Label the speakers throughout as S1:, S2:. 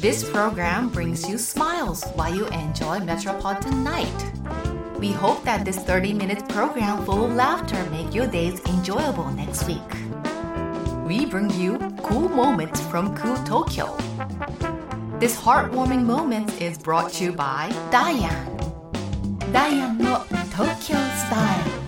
S1: This program brings you smiles while you enjoy Metropolitan Night. We hope that this 30 minute program full of laughter make your days enjoyable next week. We bring you cool moments from cool Tokyo. This heartwarming moment is brought to you by Diane. Diane no Tokyo Style.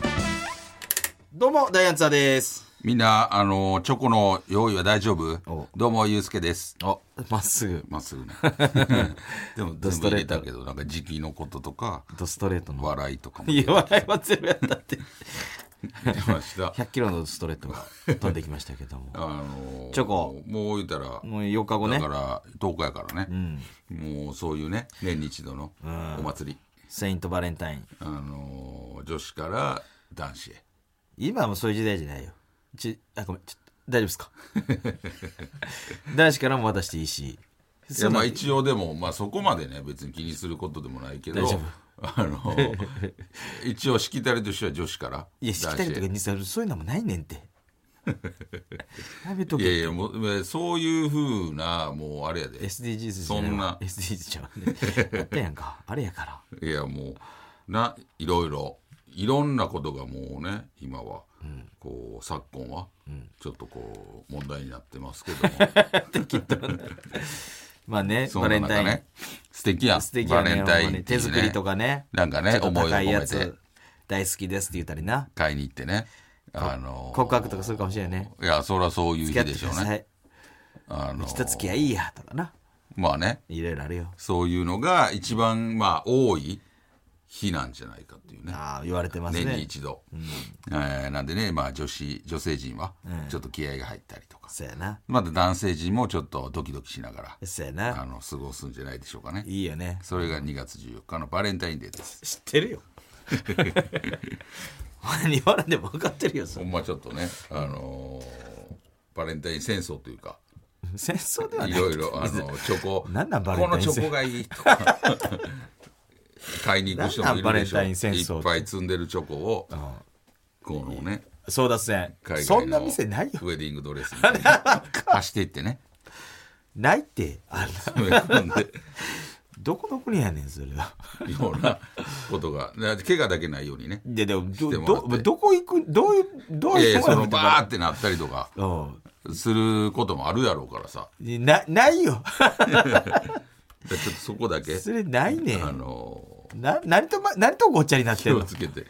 S2: どうも、ダイアンツァです。
S3: みんな、あの、チョコの用意は大丈夫
S2: お
S3: どうも、ゆうすけです。
S2: あ、まっすぐ、
S3: まっす ぐね。でも、全部入れたけど、なんか時期のこととか、
S2: ドストレートの。
S3: 笑いとかも。
S2: いや、笑いはゼロやったって。
S3: 出ました。
S2: 100キロのストレートが飛んできましたけども。
S3: あの
S2: チョコ。
S3: もう言うたら、
S2: もう8日後
S3: だ
S2: ね
S3: か、ら、10日やからね。もう、そういうね、年に一度のお祭り。
S2: セイントバレンタイン。
S3: あの、女子から男子へ。
S2: 今はもうそういう時代じゃないよ。ち、あ、ごめん、ちょっと大丈夫で すか男子からも渡していいし。
S3: いやまあ一応でも、まあ、そこまでね別に気にすることでもないけど
S2: 大丈夫
S3: あの 一応しきたりとしては女子から
S2: いや、しきたりとか
S3: 男
S2: にさ、そういうのもないねんて。やめと
S3: 子へいやいや
S2: け。
S3: もうえそういうふうなもうあれやで
S2: SDGs じゃ
S3: そ
S2: ない
S3: ん
S2: わ
S3: な
S2: SDGs ちゃ うね。あったやんか。あれやから。
S3: いやもうないろいろいろんなことがもうね今は、こう昨今は、ちょっとこう問題になってますけど も
S2: まあね、
S3: そ
S2: バ
S3: ん
S2: レ
S3: な
S2: ン
S3: 中
S2: タイン。
S3: ね素敵やん
S2: 素敵や
S3: バ
S2: ね
S3: レンタイン
S2: ほんまに手作りとかね
S3: なんか
S2: ち
S3: ね
S2: ょっと
S3: 思いを
S2: 高いや
S3: 込めて
S2: つ大好きですって言ったりな
S3: 買いに行ってねあの
S2: 告白とかするかもしれないね
S3: いやそりゃそういう日
S2: 付き合
S3: で
S2: って
S3: し
S2: く
S3: ょ
S2: だ
S3: う
S2: さ
S3: ね
S2: い
S3: あの
S2: 一月き合いいやとかな
S3: まあね
S2: いろいろあるよ
S3: そういうのが一番まあ多い日なんじゃないかっていうね
S2: ああ言われてます
S3: 年に
S2: ね
S3: 一度、えーなんでね、まあ、女子女性陣はちょっと気合が入ったりとか、
S2: そうやな
S3: また男性陣もちょっとドキドキしなが
S2: そうや
S3: らあ
S2: な
S3: の過ごすんじゃないでしょうかね
S2: いいよね
S3: それが2月14日のバレンタインデーです
S2: 知って るよお前日本なんでも分かってるよそ
S3: ほ
S2: れ
S3: んまちょっとね、あのーバレンタイン戦争というか
S2: 戦争ではない
S3: いろいろあのチョコ
S2: なんなんバレン
S3: こ
S2: タ
S3: の
S2: イン
S3: チ
S2: 戦争
S3: ョコがいいとか買いに行く人もいるでし
S2: なんなんバレンタ
S3: ょ
S2: イン戦
S3: い
S2: 争
S3: っぱい積んでるチョコをこのね
S2: 争奪戦
S3: 海
S2: そ
S3: 外
S2: んな
S3: のウ
S2: 店ないよ
S3: ェディングドレ スみたいな貸していってね
S2: ないってあんな
S3: 詰め込んで
S2: どこの国やねんそれは
S3: ようなことがだから怪我だけないようにね
S2: いやでもど
S3: してもらって
S2: どどこ行くどういうどう
S3: いやい
S2: いう
S3: やその
S2: とこ
S3: バーってなったりとか
S2: うん
S3: することもあるやろうからさ
S2: なないよ
S3: ちょっとそこだけ
S2: それないね
S3: あ
S2: ん
S3: の
S2: な何とま何とごっちゃになっ
S3: ー
S2: て
S3: 手
S2: る
S3: を
S2: の
S3: つけて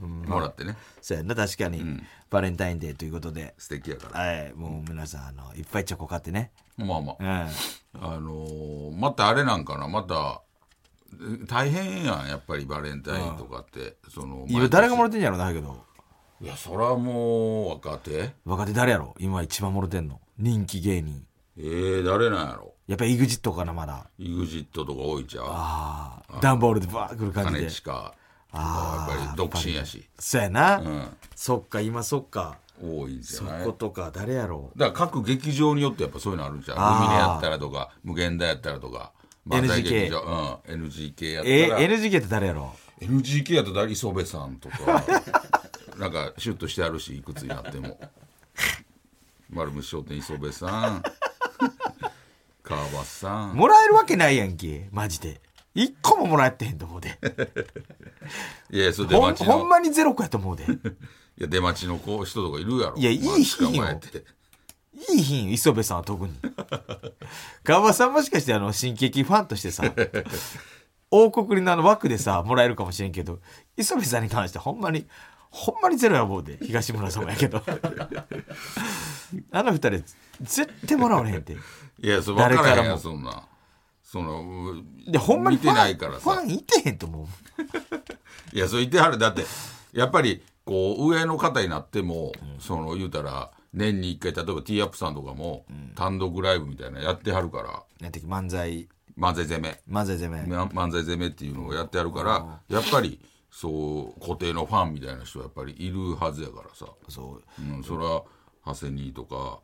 S3: もらってね
S2: そうやな確かに、バレンタインデーということで
S3: 素敵やから
S2: はいもう皆さんあのいっぱいチョコ買ってね、
S3: まあまあ
S2: うん、
S3: あのーまたあれなんかなまたえ大変やんやっぱりバレンタインとかってその
S2: 今誰がも
S3: 毎
S2: ろてんやろなだけど
S3: 年いやそらもう若手
S2: 若手誰やろ今一番もろてんの人気芸人
S3: えー、誰なんやろ
S2: やっぱ EXIT かなまだ
S3: EXIT とか多いじゃん
S2: ああ段ボールでバーくる感じ
S3: 金
S2: で
S3: 近とか
S2: あー
S3: やっぱり独身やし
S2: そうやな、
S3: うん
S2: そっか今そっか
S3: 多いんじゃ
S2: そ
S3: ない
S2: ことか誰やろ
S3: だから各劇場によってやっぱそういうのあるんじゃん
S2: あー
S3: 海でやったらとか無限大やったらとか
S2: NGK
S3: 劇場、うん、NGK やっ
S2: え
S3: たら、
S2: NGK って誰やろ
S3: NGK やと大磯部さんと かなんかシュッとしてあるしいくつになっても丸虫商店磯部さん川端さん
S2: もらえるわけないやんけマジで一個ももらってへんと思うで
S3: いやそれ出
S2: ほん
S3: 待ちの
S2: ほんまにゼロ個やと思 うで
S3: いや出待ちのこう人とかいるやろ
S2: いやいい
S3: まあ
S2: 日よ
S3: 捕まえて
S2: いい品よ磯部さんは特に川場さんもしかしてあの新喜劇ファンとして さ王国にのあの枠でさもらえるかもしれんけど磯部さんに関してほんまにほんまにゼロや思うで東村さんも やけどあの二人絶対もらわれへんって
S3: いやそれ
S2: 誰
S3: 分
S2: か
S3: から
S2: も
S3: らへんやんそんなそのう
S2: でほんまに
S3: 見
S2: フ
S3: て
S2: ァン
S3: ないから
S2: フ
S3: さ
S2: ァンいてへんと思う
S3: いやそれ言ってはるだってやっぱりこう上の方になっても、その言うたら年に1回例えば t アップさんとかも単独ライブみたいなのやってはるから
S2: なんていうか漫才
S3: 漫才攻め
S2: 漫才攻め
S3: な漫才攻めっていうのをやってはるからやっぱりそう固定のファンみたいな人はやっぱりいるはずやからさ、
S2: そう
S3: うん、それは長谷兄とか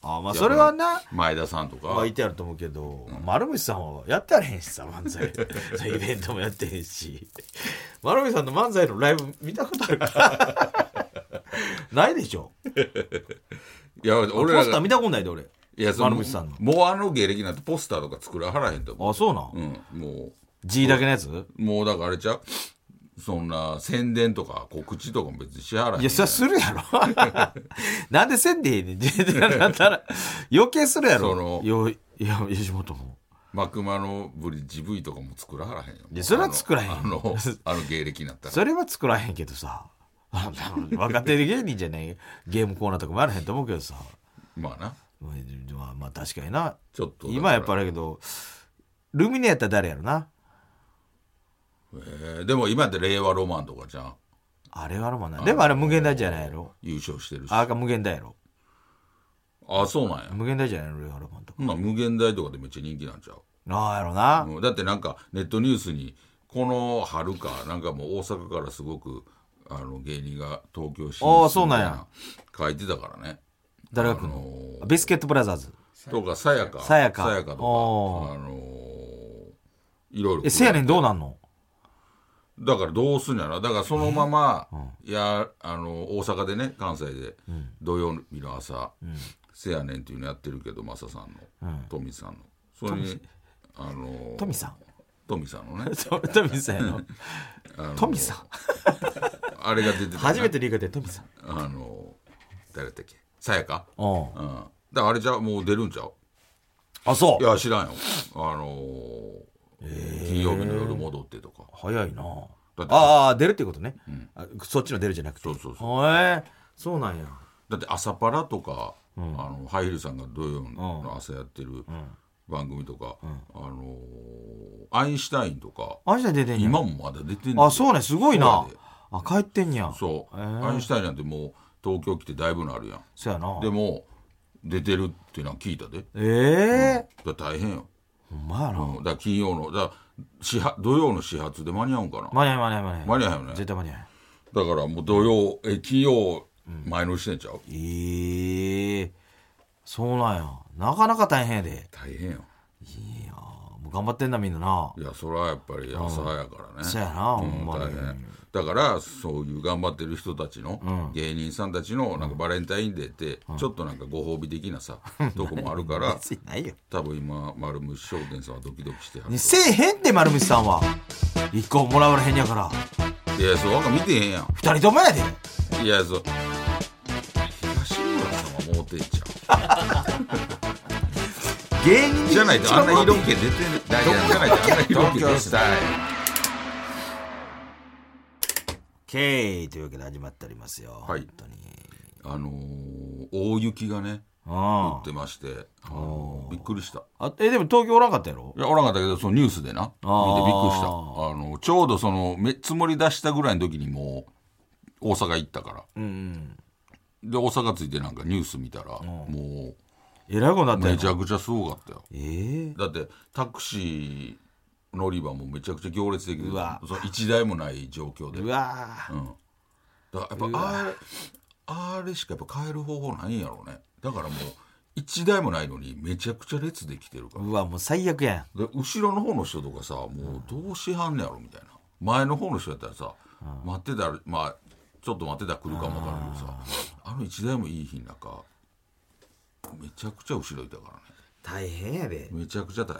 S2: あまあそれはな
S3: 前田さんとか、
S2: まあ、いてあると思うけど、丸虫さんはやってあれへんしさ漫 才そうイベントもやってへんし丸虫さんの漫才のライブ見たことあるか ないでしょ
S3: いや
S2: ポ
S3: 俺ら
S2: スター
S3: が
S2: 見たことないで俺
S3: いやその
S2: 丸口さんの
S3: もうあの芸歴なんてポスターとか作らはらへんと思
S2: あ、そうなん
S3: う、うん、も
S2: ?G だけのやつ
S3: うもうだからあれちゃうそんな宣伝とか告知とかも別にしはらへん
S2: いや、そりゃするやろ。 なんでせんでいいねん。だったら、余計するやろ。
S3: その
S2: よ、いや、吉本も。
S3: マクマのブリッジ V とかも作らはらへんよ
S2: いやそれは作らへん
S3: あ のあの芸歴になったら
S2: それは作らへんけどさ。 あんな若手芸人じゃないゲームコーナーとかもやらへんと思うけどさ。
S3: まあな
S2: まあ、まあ、確かにな。
S3: ちょっとだから
S2: 今やっぱりだけど、ルミネやったら誰やろな。
S3: えーでも今って令和ロマンとかじゃん
S2: あれはあれもな。でもあれ無限大じゃないやろ。
S3: 優勝してるし
S2: あれが無限大やろ。
S3: あそうなんや
S2: 無限大じゃないのレオハルマンとか。
S3: ほんなら無限大とかでめっちゃ人気なんちゃう
S2: ああやろな。
S3: うんだってなんかネットニュースにこの春かなんかもう大阪からすごくあの芸人が東京進
S2: ああ
S3: 出
S2: そうなんや
S3: みたいな書いてたからね
S2: 誰が来るの、ビスケットブラザーズ。
S3: とかさやか
S2: さやか
S3: さやかとかあ
S2: お
S3: のーいろいろ
S2: え、せやねんどうなんの
S3: だからどうすんやろだからそのまま、いやあの大阪でね関西で土曜日の朝「せやねん」っていうのやってるけどマサさんの、トミさんのそれにあのー
S2: トミさん。
S3: トミさんのね
S2: トトミさんやろ。トミさん。
S3: あれが出てた
S2: 初めて理解でトミさん。
S3: あの誰だったっけさやかうん
S2: おう
S3: だからあれじゃうもう出るんちゃう
S2: あ、そ。
S3: いうや知らんよあのー金曜日の夜戻ってとか
S2: 早いな。
S3: だって
S2: ああ、出るってことね、あそっちの出るじゃなくて。。
S3: そうそうそう
S2: へえ、そうなんや。
S3: だって朝パラとか、あのハイヒルさんが土曜の朝やってる番組とか、あのーアインシュタインとか
S2: アジア出てんや。
S3: 今もまだ出てんねん
S2: あ、そうね。すごいな
S3: そうやで。
S2: あ、帰ってんや。そう
S3: そう、アインシュタインなんてもう東京来てだいぶなるやん
S2: やな。
S3: でも出てるっていうのは聞いたで
S2: ええ
S3: だから大変よ、
S2: ー。ほんまやな。
S3: うん、だから金曜のだから始発土曜の始発で間に合うんかな
S2: 間に合い間に合い間に合い。
S3: 間に合うよね
S2: 絶対間に合い。
S3: だからもう土曜え金曜前乗りしてんちゃう、
S2: ええそうなんや。なかなか大変やで。
S3: 大変よ
S2: あもう頑張ってんだみんなな。
S3: いやそれはやっぱり朝早からね
S2: そうやな、ほんま
S3: 大
S2: に。
S3: 変だからそういう頑張ってる人たちの、芸人さんたちのなんかバレンタインデーって、ちょっとなんかご褒美的な さ、とこもあるから
S2: 別にないよ。
S3: 多分今丸虫商店さんはドキドキしてはる
S2: ねせえへんって丸光さんは。一個もらわれへんやから。
S3: いやそう若見てへんや
S2: 二人ともやで。
S3: んいやそう東村さんはもうてっちゃ
S2: 芸人
S3: う
S2: に
S3: じゃないとあんな色気出てるじゃないとあんな色気出てない
S2: K というわけで始まっておりますよ。
S3: はい
S2: 本当に。
S3: あのー大雪がね降っ
S2: う
S3: てまして、あのーびっくりした
S2: ん。あえ、でも東京おらんかったやろ
S3: いや、おらんかったけど、そのニュースでな、見てびっくりした。あ
S2: あ
S3: の、ちょうどその、め積もり出したぐらいの時にもう、大阪行ったから。で、大阪着いてなんかニュース見たら、も
S2: えらいことになっ
S3: う、
S2: た
S3: め
S2: やろ
S3: ちゃくちゃすごかったよ。
S2: ええ
S3: だって、タクシー乗り場もめちゃくちゃ行列できて
S2: うわ
S3: その一台もない状況で。
S2: うわぁ。
S3: だからやっぱ、あれ、あれしかやっぱ変える方法ないんやろうね。だからもう、一台もないのに、めちゃくちゃ列できてるから。
S2: うわ、もう最悪やん。
S3: で後ろの方の人とかさもうどうしはんねやろみたいな前の方の人やったらさ、待ってたらまあちょっと待ってたら来るかもわからんけどさあの一台もいい日の中めちゃくちゃ後ろいたからね
S2: 大変やで。
S3: めちゃくちゃ大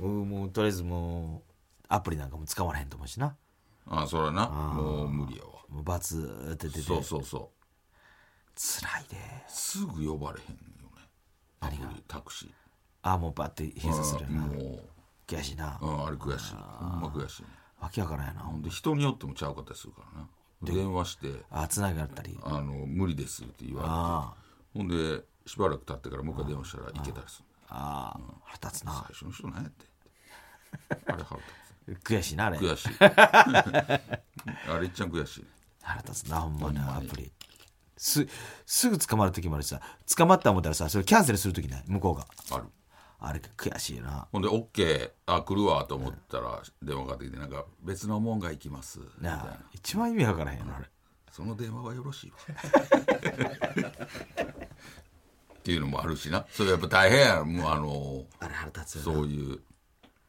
S3: 変
S2: うんもうとりあえずもう、アプリなんかも使われへんと思うしな。
S3: あそれはなもう無理やわ
S2: もうバツーって出て。
S3: そうそうそう
S2: 辛いで。
S3: すぐ呼ばれへんよねアプリタクシ
S2: あ、もうバッて閉鎖する
S3: ー
S2: よな。
S3: も
S2: 悔しいな
S3: う、う。ん、あれ悔しいほんま悔しいね
S2: わけわからんやな。
S3: ほんで人によってもちゃうかったりするからな電話して
S2: あ、つながったり。
S3: あの無理ですって言われてほんでしばらく経ってからもう一回電話したら行けたりする
S2: ああ、腹立つな。
S3: 最初の人何やってあれ腹
S2: 悔しいな、あれ。
S3: 立つ悔しい あれいっちゃん悔しい
S2: 腹立つな、ほんまに、アプリ。す、すぐ捕まる時もあるしさ、捕まった思ったらさ、それキャンセルする時ない、向こうが。
S3: ある
S2: あれが悔しいな。
S3: ほんで OK あ来るわと思ったら電話かかってきてなんか別のもんが行きますみたい
S2: な
S3: な
S2: あ、一番意味わからへんよな、あれ。
S3: その電話はよろしいわっていうのもあるしなそれやっぱ大変やろもうあの
S2: あれ腹立つよな。
S3: そういう。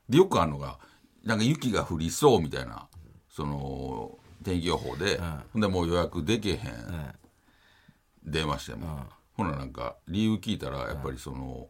S3: で、よくあるのが、なんか雪が降りそうみたいな、その、天気予報で、ほんでもう予約できへん、電話しても、ほななんか理由聞いたらやっぱりその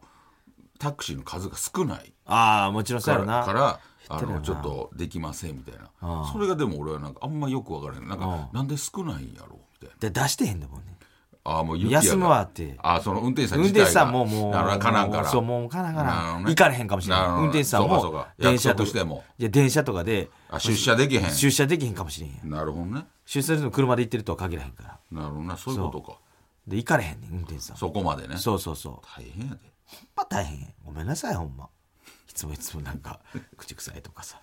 S3: タクシーの数が少ない
S2: ああもちろんそ
S3: か
S2: うやろな
S3: らからあ
S2: 減ってるよ
S3: の
S2: な
S3: ちょっとできませんみたい
S2: あ
S3: なそれがでも俺はなんかあんまよく分からへんなんかなんで少ないんやろうみたいな
S2: で出してへんだもんね
S3: ああもう雪やから
S2: 休むわって
S3: ああその運転手さん
S2: 運
S3: 自体
S2: 転
S3: が
S2: 手さんももう
S3: なるほどかなんから
S2: そうもうかなんか
S3: なる
S2: ら
S3: ほどね
S2: 行かれへんかもしれ
S3: なる
S2: な
S3: ほ
S2: い
S3: ど
S2: 運転手さん
S3: そう
S2: も
S3: かそうか
S2: 電車と
S3: 約束しても
S2: いや電車とかで
S3: あ出社できへん
S2: 出社できへんかもしれんやん
S3: なるほどね
S2: 出社するの車で行ってるとは限らへんから
S3: なるほどなそういうことか
S2: で行かれへんねん運転手さん
S3: そこまでね
S2: そうそうそう
S3: 大変やで
S2: ほんま大変やごめんなさいほんまいつもいつもなんか 口臭いとかさ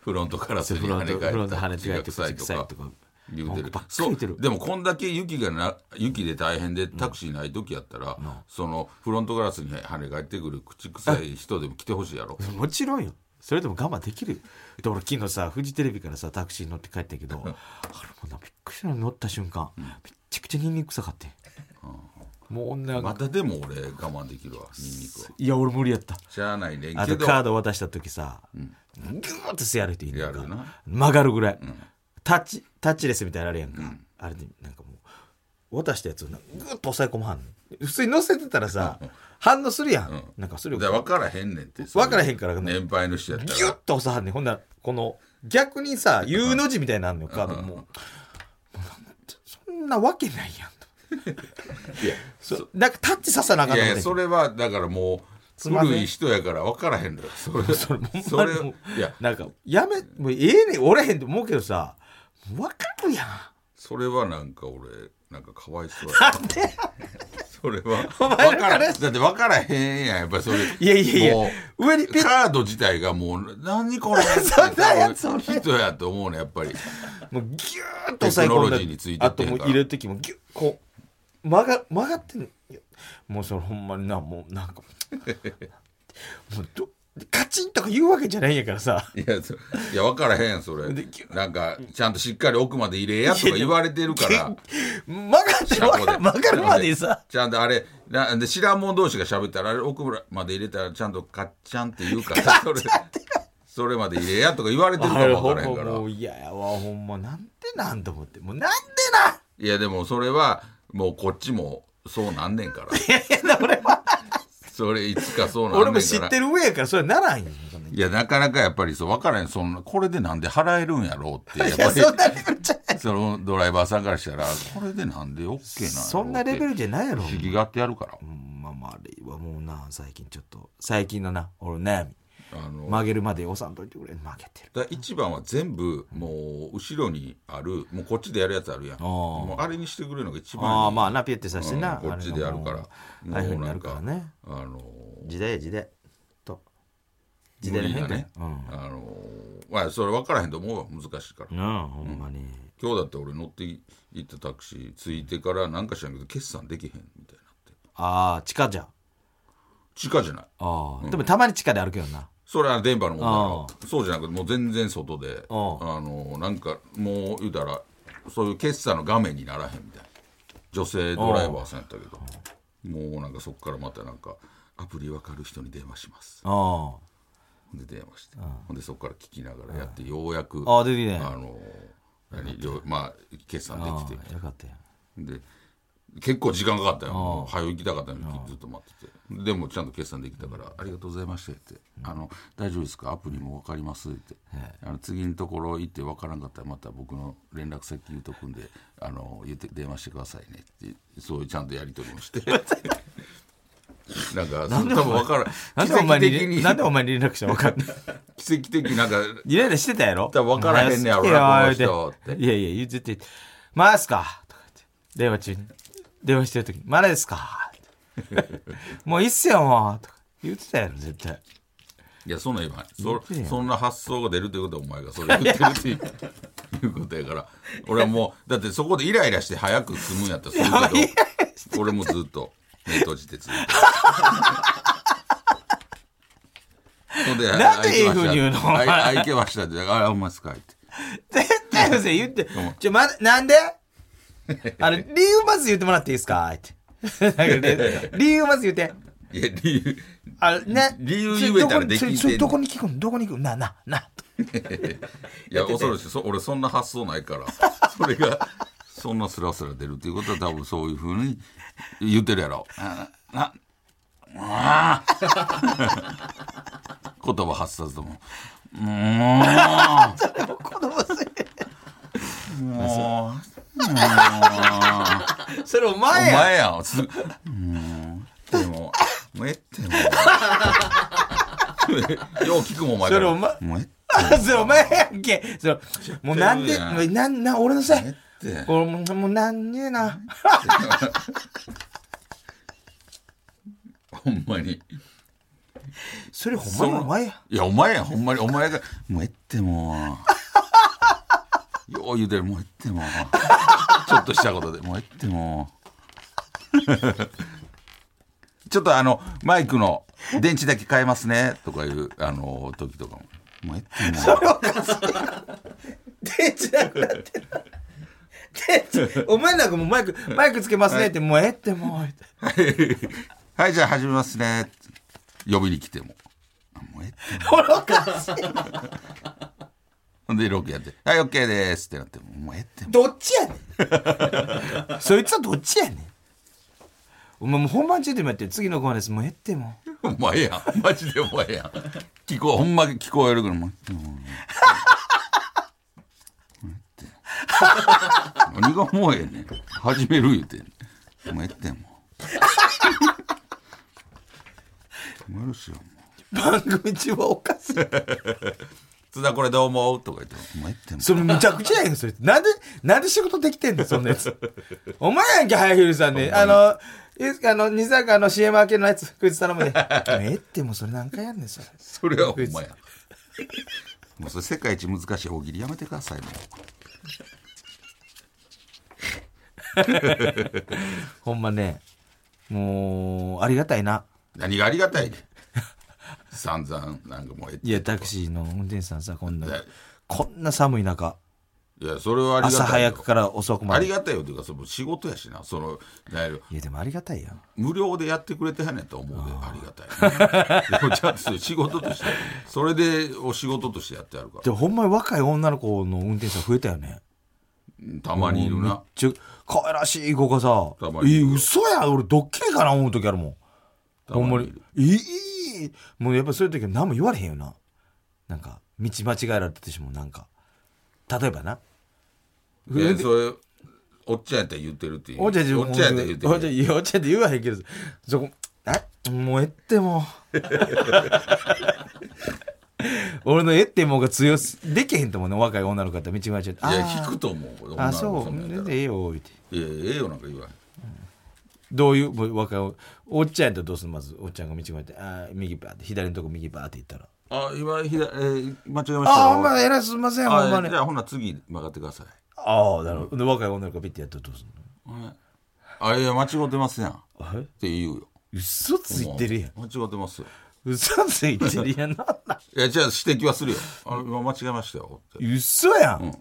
S3: フロントガラスに
S2: フロ
S3: 跳
S2: ン
S3: ね
S2: ト
S3: 返
S2: フロント跳ね
S3: って
S2: 帰って口臭いと
S3: とか
S2: か
S3: 言うて
S2: 文句
S3: る
S2: ばっかり
S3: そ
S2: 言うてる
S3: うでもこんだけ雪がな雪で大変でタクシーない時やったら、そのフロントガラスに跳ね返ってくる口臭い人でも来てほしいやろ
S2: もちろんよそれでも我慢できるよで俺昨日さフジテレビからさタクシーに乗って帰ったけどあれもうなびっくりしたの乗った瞬間めっちゃくちゃニンニク臭かってもう女
S3: ま
S2: が
S3: たでも俺我慢できるわニンニクはい
S2: や俺無理やった
S3: しゃあないねん
S2: あ
S3: け
S2: と
S3: ど
S2: カード渡した時さギューッと吸やる人いるやん
S3: やる
S2: か
S3: な
S2: 曲がるぐらいタッチタッチレスみたいなのあるやんかあれでなんかもう渡したやつをなグーッと押さえ込まはんねん普通に乗せてたらさ反応するやんなんかそれを
S3: だから分からへんねんって
S2: 分からへんからね
S3: 年配の人やっ
S2: ギ
S3: た
S2: ュッ
S3: ら
S2: と押さはんねんほんならこの逆にさ U の字みたいなのあんのよカードももうなんてそんなわけないやんと
S3: いや
S2: そなんかタッチささなあか
S3: い
S2: んの
S3: やいやそれはだからもう
S2: つまんね
S3: 古い人やから分からへんのよそれ それ
S2: ほんまにもう
S3: いや
S2: なんかやめもうええねんおらへんと思うけどさわかるやん
S3: それはなんか俺なんかかわいそうや
S2: なんで
S3: それは
S2: 前
S3: 分
S2: の
S3: から
S2: 彼
S3: だって分からへんやんやっぱりそれ
S2: いやいやいや
S3: もう
S2: 上にピッ
S3: カード自体がもう何これ
S2: そんなやつそんなやつ
S3: 人やと思うねやっぱり
S2: もうギューッと押さえ込
S3: テクノ
S2: んだ
S3: ロジーについて
S2: あ
S3: って
S2: と
S3: んや
S2: も
S3: か
S2: う
S3: ら
S2: 入れる時もギュッこう曲が曲がってんのいやもうそれほんまになもうなんかもうどカチンとか言うわけじゃないんやからさ
S3: いやそいや分からへんそれ
S2: でき
S3: なんかちゃんとしっかり奥まで入れやとか言われてるから
S2: 曲がって
S3: 車
S2: 曲
S3: 庫
S2: が
S3: で
S2: る曲がるまでさ
S3: ちゃんとあれなんで知らん者同士が喋ったらあれ奥まで入れたらちゃんとカッチャンって言うからそれそれまで入れやとか言われてるかも分からへんから
S2: もういややわほんまなんでなんと思ってもうなんで
S3: いやでもそれはもうこっちもそうなんねん から
S2: なん俺は
S3: それいつかそうなんねん
S2: 俺
S3: から
S2: も知ってる上やからそれならんよそんない
S3: やなかなかやっぱりそう分からへんそんなこれでなんで払えるんやろうってやっ
S2: いや
S3: ぱり
S2: そんなレベルじゃない
S3: そのドライバーさんからしたらこれでなんで OK なんやろうって
S2: そんなレベルじゃないやろ
S3: 不思議があってやるから
S2: うんまあまああれはもうな最近ちょっと最近のな俺の悩み
S3: あの
S2: 曲げるまで押さんといてくれ曲げてる
S3: だから一番は全部もう後ろにあるもうこっちでやるやつあるやん
S2: ー
S3: もうあれにしてくれるのが一番いい
S2: ああまあなピュってさしてな、
S3: うんこっちでやるから
S2: あれがもうああいうふうになるからね
S3: あの
S2: 時代や時代と時代の変化ね
S3: 無理なねあのまあそれ分からへんと思うわ難しいから
S2: うんなあほんまに、
S3: 今日だって俺乗って行ったタクシー着いてからなんか知らんけど決算できへんみたいになって
S2: ああ地下じゃん
S3: 地下じゃない
S2: ああ、でもたまに地下で歩くよな。
S3: それは電波の問題だろそうじゃなくてもう全然外であ
S2: あ
S3: のなんかもう言うたらそういう決算の画面にならへんみたいな女性ドライバーさんやったけどもうなんかそこからまたなんかアプリ分かる人に電話します
S2: あ
S3: ほんで電話してほんでそこから聞きながらやってようやく
S2: ああ出てきてん
S3: あの何両まあ決算で
S2: あ
S3: きてみたいな
S2: あよかったよ。
S3: で結構時間かかったよもう早う行きたかったのにずっと待っててでもちゃんと決算できたから「ありがとうございました」って「あの大丈夫ですかアプリも分かります」って「あの次のところ行って分からんかったらまた僕の連絡先言うとくんであの言って電話してくださいね」ってそういうちゃんとやり取りも してなんかその多分分から
S2: なん
S3: ん
S2: でお前
S3: 奇跡的
S2: に、
S3: に
S2: なんでお前に連絡したわかんない。
S3: 奇跡的になんか
S2: イライラしてたやろ
S3: 多分分からへんねやろな
S2: 早すぎよ
S3: この人って
S2: いやいや、言う絶対、まあっすかとか言って。電話中に。電話してる時に、まだで すかってもういいっすよ、もう。とか言ってたやろ、絶対。
S3: いやそんなん言わ
S2: て
S3: へん
S2: よ
S3: そそんな発想が出るということはお前がそれ言ってるっていういうことやから俺はもうだってそこでイライラして早く済むんやったらそう
S2: い
S3: 言
S2: や
S3: うけど俺もずっと目閉じてずっとほんで
S2: なんでいうふうに言うのお前
S3: あいけましたってだからあお前すかいって
S2: 絶対うせ言って。ちょ、まだ、なんであの、理由まず言ってもらっていいですか って。なんかね理由まず言って。
S3: いや理由
S2: あね、
S3: 理由言えたらできんてん
S2: それどこに聞くのどこに聞くのななな
S3: いや恐ろしいそ俺そんな発想ないからそれがそんなスラスラ出るっていうことは多分そういうふうに言ってるやろ。あなあー 言葉発達とも。も
S2: 子供せ
S3: う、もう、
S2: それお
S3: お
S2: 前や
S3: 前やん。つもう、でも、もうええ ってもう。よう聞くもんお前から
S2: それお前
S3: もうええ
S2: それお前やんけそれもうなんで
S3: 知ってるやん
S2: なんなん俺のせい
S3: ええって。
S2: 俺もうもうなんねえな
S3: ほんまに。
S2: それほんまにお前や
S3: いや、お前やん、ほんまに、お前が、もうええってもう。 よう言うてる、もうええってもう。 ちょっとしたことで、もうええってもう。 ちょっとあの、マイクの電池だけ変えますね、とかいう、あの、時とかも。もうええって もう。
S2: 電池なくなってる電池お前なんかもうマイクマイクつけますねってもうええってもう
S3: はい、じゃあ始めますね。呼びに来ても。あもうええって
S2: 愚かしい
S3: ほんで、ロケやって。はい、オッケーですってなっても。もうええっても
S2: どっちやねんそいつはどっちやねんお前もう本番中でもやって次のコーナーですもうええってもう
S3: う。お前やん。マジでお前やん。聞こえ、ほんま聞こえるから、もうええってもう。もうええって。何がもうええねん。始める言うてんねん。もうええってもう。もうやるしよ、もう。
S2: 番組中はおかしい
S3: 津田これどう思うとか言っても。もうええってもう。
S2: それむちゃくちゃやんそれなんでなんで仕事できてんのそんな やつお前やんけ早昼さんねあのいあの西坂の CM 明けのやつクイズ 頼むでもうええってもうそれ何回やんねんそれ
S3: それはほんまや。もうそれ世界一難しい大喜利やめてくださいもう
S2: ほんまねもうありがたいな
S3: 何がありがたいねん。散々なんかもうええって
S2: いやタクシーの運転手さんさこんな
S3: はい
S2: こんな寒い中
S3: いやそれはありがたいよ
S2: 朝早くから遅くま
S3: あ
S2: で
S3: りがたいよというかその仕事やしなそのなんやろ
S2: いやでもありがたいやん
S3: 無料でやってくれてはんねやと思うでありがたい、ね、でもちゃんとそれ仕事としてそれでお仕事としてやってあるか
S2: でほんまに若い女の子の運転手さん増えたよね
S3: らたまにいるな
S2: ちょ可愛らしい子がさ「え
S3: たまにいる
S2: 嘘や俺ドッキリかな」思う時あるもん
S3: た
S2: ほんま
S3: まにい
S2: に
S3: る
S2: 「いいもうやっぱそういう時は何も言われへんよななんか道間違えられてしまうなんか例えばない
S3: やそれおっちゃんやったら言ってるっていう
S2: おじゃじゃ
S3: おっちゃんやったら言って
S2: お
S3: る
S2: じゃいやおじゃって言わへんけどそこあもうえってもう 俺のえってもうが強すできへんと思うね若い女の子だったら道間違えて
S3: いや
S2: あー
S3: 引くと思う女
S2: あ
S3: の子
S2: そ
S3: そんなんやった
S2: う
S3: ら
S2: でええよ言うて
S3: いやええよなんか言わへん
S2: どういうもう若いおおっちゃんやったらどうするまずおっちゃんが道越えてあー右バーって左のとこ右バーって行ったら
S3: あ、今、ひだ、えー、間違えました
S2: ああほんまえらいすいませんほんま
S3: あ
S2: に
S3: じゃあ、ほな、次、曲がってください。
S2: ああなるほどで若い女の子がピッてやったらどうするの
S3: あ、いや、間違ってますやん。っ
S2: あれ
S3: て言うよ。
S2: 嘘ついてるやん
S3: 間違ってますよ。
S2: 嘘ついてるやんなんだ
S3: いや、じゃあ、指摘はするよ。あ、今、間違えましたよ。って。
S2: 嘘や
S3: うんん。ど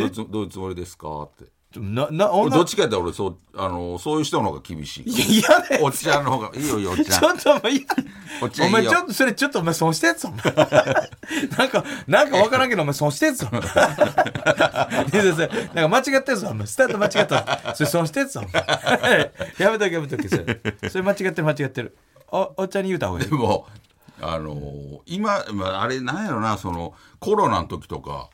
S3: ういうつどういうつもりですかって。
S2: ちょなな
S3: 俺ど
S2: 女
S3: っちかやったら、俺、そう、あの、そういう人の方が厳しい。
S2: いやね
S3: おっちゃんの方が、いいよ、いいよ、おっちゃん
S2: ち。ょっとお前いや
S3: おっちゃん
S2: お前
S3: いいよ
S2: ちょっとそれちょっとお前損したやつお前 なんかなんかわからんけどお前損したやつお前 先生なんか間違ったやつお前スタート間違ったそれ損したやつお前 やめとけやめとけそれそれ間違ってる間違ってるおおっちゃんに言うた方がいい
S3: でも、あのー今、まあ、あれ、なんやろな、その、コロナの時とか、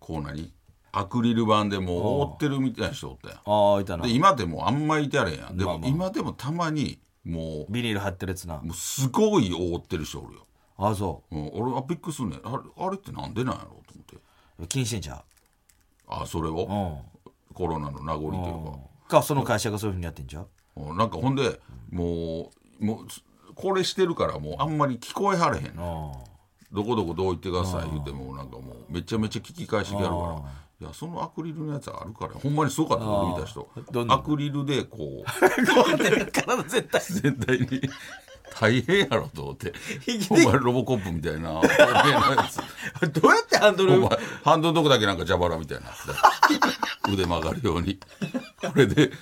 S3: こう何アクリル板でもう覆ってるみたいな人おったやん。
S2: ああいたな
S3: で今でもあんまいてあれへんやんでも、
S2: まあまあ
S3: 今でもたまにもう
S2: ビニール貼ってるやつな
S3: もうすごい覆ってる人おるよ、
S2: ああそ
S3: うん、俺はびっくりするねんあれあれってなんでなんやろうと思って
S2: う気にしてんじゃん
S3: あそれを
S2: う
S3: コロナの名残とい
S2: ん
S3: うか
S2: かその会社がそういうふうにやってんじゃん
S3: うんなんかほんでもうもうすこれしてるからもうあんまり聞こえはれへん
S2: ああ
S3: ど こどこどう言ってください言うてもなんかもうめちゃめちゃ聞き返してやるからいやそのアクリルのやつあるからほんまにすごかった俺見た人
S2: どんな
S3: アクリルでこう
S2: 体絶対
S3: 全体に大変やろと思って
S2: 引き
S3: お
S2: で
S3: 前ロボコップみたいな透明のやつ
S2: どうやってハンド
S3: お前
S2: ル
S3: ハンドのとこだけなんか蛇腹みたいな 腕曲がるようにこれで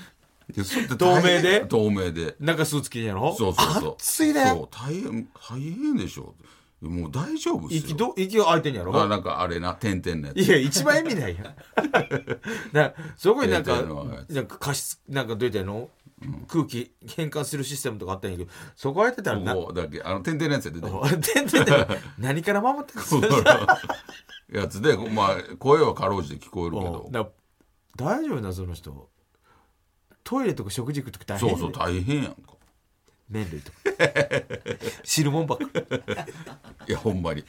S3: でそれって大変
S2: 透明
S3: 透明
S2: で
S3: で
S2: なんかスーツ着てんやろ
S3: そうそうそう
S2: 暑いね
S3: そう大変大変でしょもう大丈夫っすよ
S2: 息ど息が空いてんやろ
S3: あなんかあれな点々のや
S2: い
S3: つ
S2: や一番意味ないやん なそこになん
S3: い
S2: か
S3: やいやいや
S2: なんか加湿なんかどうやったらいいの、空気変換するシステムとかあったんやけどそこ空いてたらな
S3: こうだけあの点々のやつや出て る
S2: 全然だよ何から守ってくる
S3: やつでまあ声はかろうじて聞こえるけど
S2: だ大丈夫なその人トイレとか食事行くとか大
S3: そ
S2: 変や
S3: う
S2: で
S3: そう大変やんか
S2: 麺類とか汁もんばっかり
S3: いやほんまに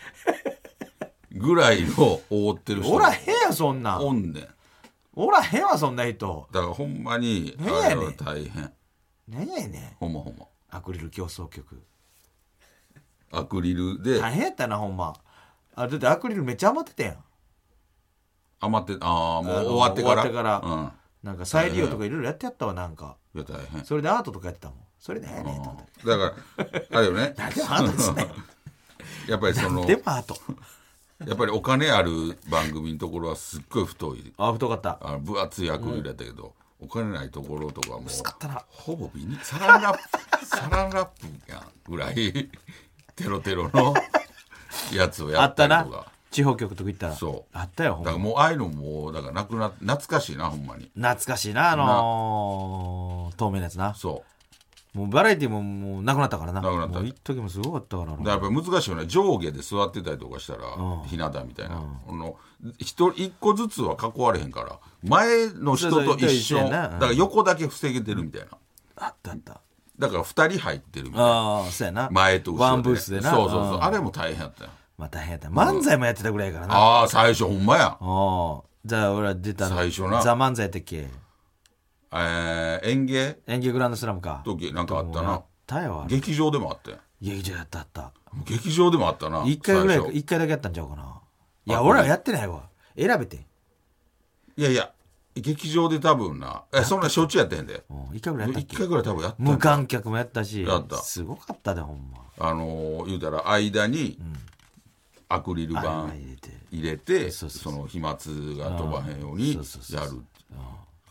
S3: ぐらいの覆ってる人
S2: おらへんやそんなん
S3: おんねん
S2: おらへんわそんな人
S3: だからほんまに
S2: 何やねん
S3: あれは大変
S2: 何やね
S3: ほんまほんま
S2: んアクリル競争曲
S3: アクリルで
S2: 大変やったなほんまあだってアクリルめっちゃ余ってたやん
S3: 余ってああも
S2: あ
S3: う
S2: の
S3: 終わってから
S2: 終わってからなんか再利用とかいろいろやってやったわなんか
S3: うんいや大変
S2: それでアートとかやってたもんそれで何やねんと思って
S3: うんだからあれよ ね
S2: 何でもアートですね
S3: やっぱりその
S2: でもアート
S3: やっぱりお金ある番組のところはすっごい太い
S2: あ太かった
S3: あの分厚いアクリルやったけど、お金ないところとかもう
S2: 薄かったな
S3: ほぼビニサランラップ サランラップやんぐらい テロテロのやつをや
S2: あ
S3: っ
S2: ったた
S3: り
S2: な
S3: とか
S2: 地方局とか行ったら
S3: そう
S2: あったよほん
S3: だから
S2: ま
S3: もうああいうのもだからなくな懐かしいなほんまに
S2: 懐かしいなあのー透明なやつな
S3: そ
S2: もうバラエティももうなくなったからな
S3: なくなった
S2: もう一時もすごかったから
S3: うだ
S2: な
S3: からやっぱり難しいよね上下で座ってたりとかしたら、
S2: うん
S3: ひな壇みたいな、この一人一個ずつは囲われへんから前の人と一緒
S2: そうそう一緒や
S3: だ
S2: な
S3: から横だけ防げてるみたいな
S2: あったあった
S3: だから二人入ってるみたいな
S2: ああそうやな
S3: 前と後ろ
S2: ワンブースでな
S3: そうそうそうあ
S2: れ
S3: れも大変やったよ
S2: まあ大変やった漫才もやってたぐらいやからなあ
S3: ああ最初ほんまや
S2: あじゃあ俺ら出たの
S3: 最初な
S2: ザ・漫才やったっけ
S3: えー、演芸
S2: 演芸グランドスラムか
S3: 時なんかあった
S2: もうや
S3: な
S2: ったよあれ
S3: 劇場でもあったよ
S2: 劇場やったあった
S3: 劇場でもあったな
S2: 一回ぐらい
S3: 最初
S2: 一回だけやったんちゃうかない
S3: あ
S2: や俺らやってないわ選べて
S3: いやいや劇場で多分なえそんなしょっちゅうやってんで
S2: うん一回ぐらいやったっ
S3: 一
S2: け
S3: 回ぐらい多分やったん
S2: 無
S3: だ
S2: 観客もやったし
S3: やった
S2: すごかったでほんま
S3: あのー言うたら間にアクリル
S2: あ
S3: 板
S2: れ入れて
S3: 入れてそ
S2: そ
S3: う
S2: そうそう
S3: の飛沫が飛ばへんように
S2: あーそうそう
S3: や
S2: そう
S3: る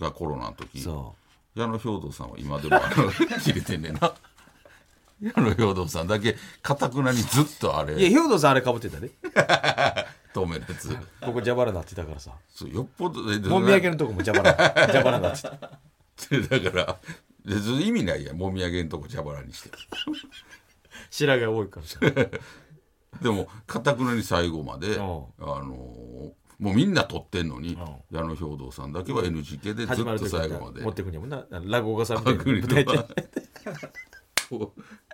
S3: がコロナの時
S2: そ
S3: 矢野兵道さんは今でもあの切れてんねんな 矢野兵道さんだけかたくなにずっとあ
S2: ういや
S3: れ
S2: 兵頭さんあれかぶってたで
S3: 透明のやつ
S2: ここ蛇腹になってたからさ
S3: そうよっぽどでで
S2: もみあげのとこも蛇腹 蛇腹になってた
S3: でだからでず意味ないやんもみあげんとこ蛇腹にして
S2: 白髪多い からさ
S3: でもかたくなに最後まであのーもうみんな撮ってんのに矢野兵道さんだけは NGK でず
S2: 始
S3: っ
S2: まる
S3: と
S2: 時
S3: 最
S2: に
S3: 後まで
S2: 持ってくんやもんな落語家さんみた い
S3: ア
S2: な
S3: クリ
S2: 舞
S3: ル
S2: 台
S3: 板
S2: で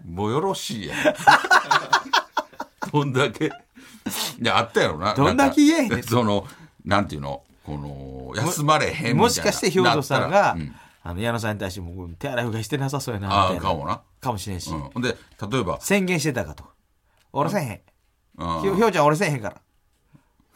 S3: もうよろしいやんどんだけいやあったやろな
S2: どんだけ言えへんねん
S3: なんかそのなんていうのこの休まれへんみたいな
S2: もしかして兵頭さんが
S3: なったら
S2: あの矢野さんに対してもう手洗いうがいしてなさそうやな
S3: あー
S2: みたいな
S3: かもな
S2: かもしれんし
S3: うん、ほんで例えば、
S2: 宣言してたかと俺せえへんひょ
S3: う
S2: ひょうちゃん俺せえへんから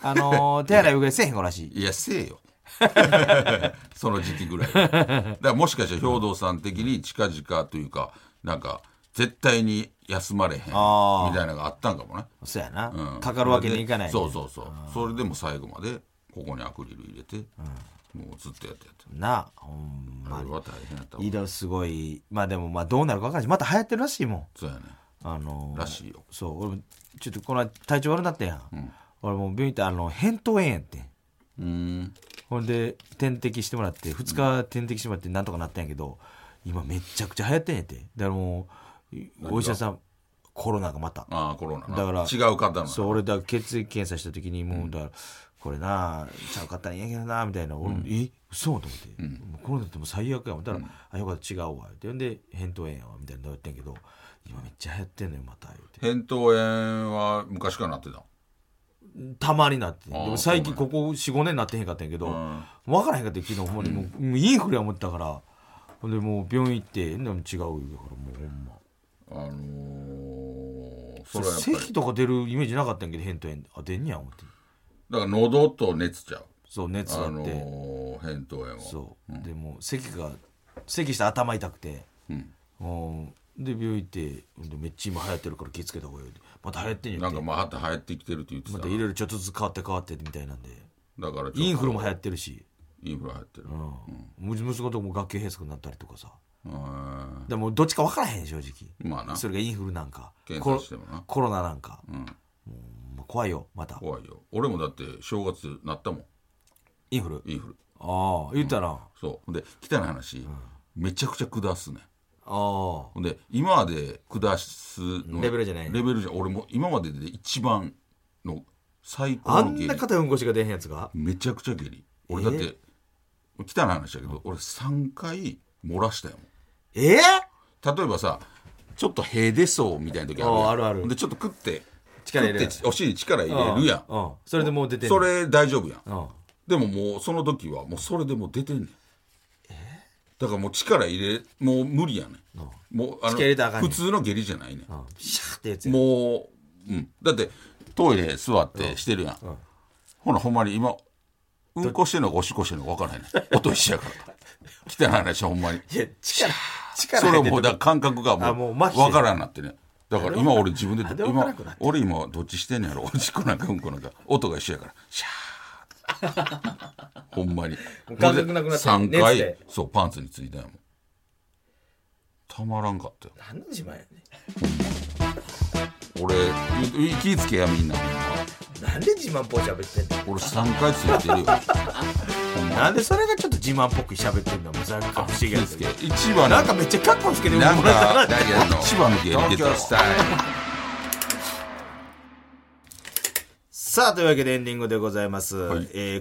S2: あの ー手洗いうがいせえへんからしい
S3: ん、いやせえよ その時期ぐらいはだからもしかして兵頭さん的に近々というかなんか絶対に休まれへんみたい
S2: あー
S3: なのがあったんかもね
S2: そうやな、
S3: うん
S2: かかるわけにいかない
S3: そうそうそうそれでも最後までここにアクリル入れて、もうずっとやってやって
S2: なあほんま
S3: あれは大変やったわ
S2: いいだろすごいまあでもまあどうなるか分からんしまた流行ってるらしいもん
S3: そうやね
S2: あのー
S3: らしいよ
S2: そう俺もちょっとこの間体調悪なったやん、俺もう病院行ってあの扁桃炎やって
S3: うーん
S2: ほんで点滴してもらって2日点滴してもらってなんとかなったんやけど今めっちゃくちゃ流行ってんやってだからもうお医者さんコロナがまた
S3: ああコロナな
S2: だから
S3: 違う方なの
S2: そう俺だから血液検査した時にもうだから、これなちゃうかったらいいんやけどなみたいな俺も、えそうと思って、もうコロナってもう最悪や思ったら、あよかった違うわってんで扁桃炎やわみたいなの言ってんけど今めっちゃ流行ってんのよまた言うて
S3: 扁桃炎は昔からなってた
S2: たまになってで
S3: あー
S2: も最近
S3: そ
S2: ここ45年なってへんかったんやけど、
S3: ん
S2: 分からへんかったよ昨日ほんまにもう,、もうインフルや思ってたからほんでもう病院行ってでも違うよだからもうほんま
S3: あのー、それはやっぱり
S2: 咳とか出るイメージなかったんやけど扁桃炎あ出んねや思って
S3: だから喉と熱ちゃう
S2: そう熱
S3: あ
S2: があって、
S3: のー、扁桃炎は
S2: そう、でもう咳が咳して頭痛くて、うん、で病院行ってでめっちゃ今流行ってるから気ぃつけた方がいいよまた流行ってんや
S3: な
S2: っ
S3: ん
S2: て
S3: かまた流行ってきてるって言ってた
S2: ま
S3: な
S2: たいろいろちょっとずつ変わって変わってみたいなんで
S3: だからちょっと
S2: インフルも流行ってるし、
S3: インフル流行ってる、
S2: うん息子とも学級閉鎖になったりとかさ
S3: うん
S2: でもどっちか分からへん正直
S3: まあな
S2: それがインフルなんか
S3: 検
S2: コ
S3: 査
S2: ロ
S3: してもな
S2: コロナなんか、
S3: ん
S2: 怖いよまた
S3: 怖いよ俺もだって正月なったもん
S2: インフル
S3: インフル
S2: ああ言ったら、あ
S3: そうほんで汚い話、めちゃくちゃ下すね
S2: あ
S3: ほんで今まで下すの
S2: レベルじゃない
S3: レベルじゃ俺も今までで一番の最
S2: あ
S3: 高の
S2: ん
S3: 下痢
S2: な硬いうんこしが出へんやつが
S3: めちゃくちゃ下痢俺だって汚い話だけど俺3回漏らしたよ
S2: え
S3: 例
S2: え
S3: えばさちょっとへでそうみたいな時あるや
S2: あ
S3: ん
S2: あるある
S3: ほんでちょっと食って
S2: 力入れる
S3: 食ってお尻力入れるやん
S2: うんうんそれでもう出てんの
S3: それ大丈夫やん
S2: うん
S3: でももうその時はもうそれでもう出てんねんだからもう力入れもう無理やねんもうあ
S2: 力入れたらあかんね
S3: 普
S2: ん
S3: 通の下痢じゃないねん
S2: うんシャーってやつや
S3: もう、うん、だってトイレ座ってしてるやん、ほなほんまに今うんこしてんのかおしっこしてんのか分からへんねん音一緒や から汚い話ほんまに
S2: いや力力
S3: それ
S2: 入
S3: は
S2: れて
S3: もうだから感覚が
S2: あ
S3: もう
S2: もう麻痺してる
S3: 分からんなってねだから今俺自分で
S2: なんで分から
S3: 今
S2: んくなって
S3: 俺今どっちしてんのやろおしっこなんかうんこなんか音が一緒やからシャーッほんまに
S2: う感覚なくなって
S3: 3
S2: 熱
S3: 回
S2: で
S3: そうパンツについたんやもんたまらんかったよ
S2: 何の自慢やねん
S3: 俺いい気ぃつけやみんな
S2: なんで自慢っぽい喋ってんの
S3: 俺三回ついて るよ。
S2: なんでそれがちょっと自慢っぽく喋ってんのもうざか不思議やけど
S3: 一番
S2: なんかめっちゃカッコつけてる
S3: なん
S2: もらった
S3: か
S2: な
S3: ダイヤの一番の芸人
S2: 東京スタさあ、というわけでエンディングでございます。
S3: い
S2: え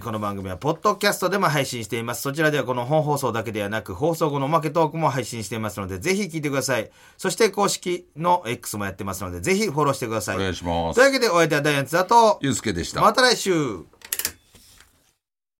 S2: ーこの番組は、ポッドキャストでも配信しています。そちらでは、この本放送だけではなく、放送後のおまけトークも配信していますので、ぜひ聞いてください。そして、公式の X もやってますので、ぜひフォローしてください。
S3: お願いします
S2: というわけで、お相手はダイアンツだと、
S3: ゆうすけでした。
S2: また来週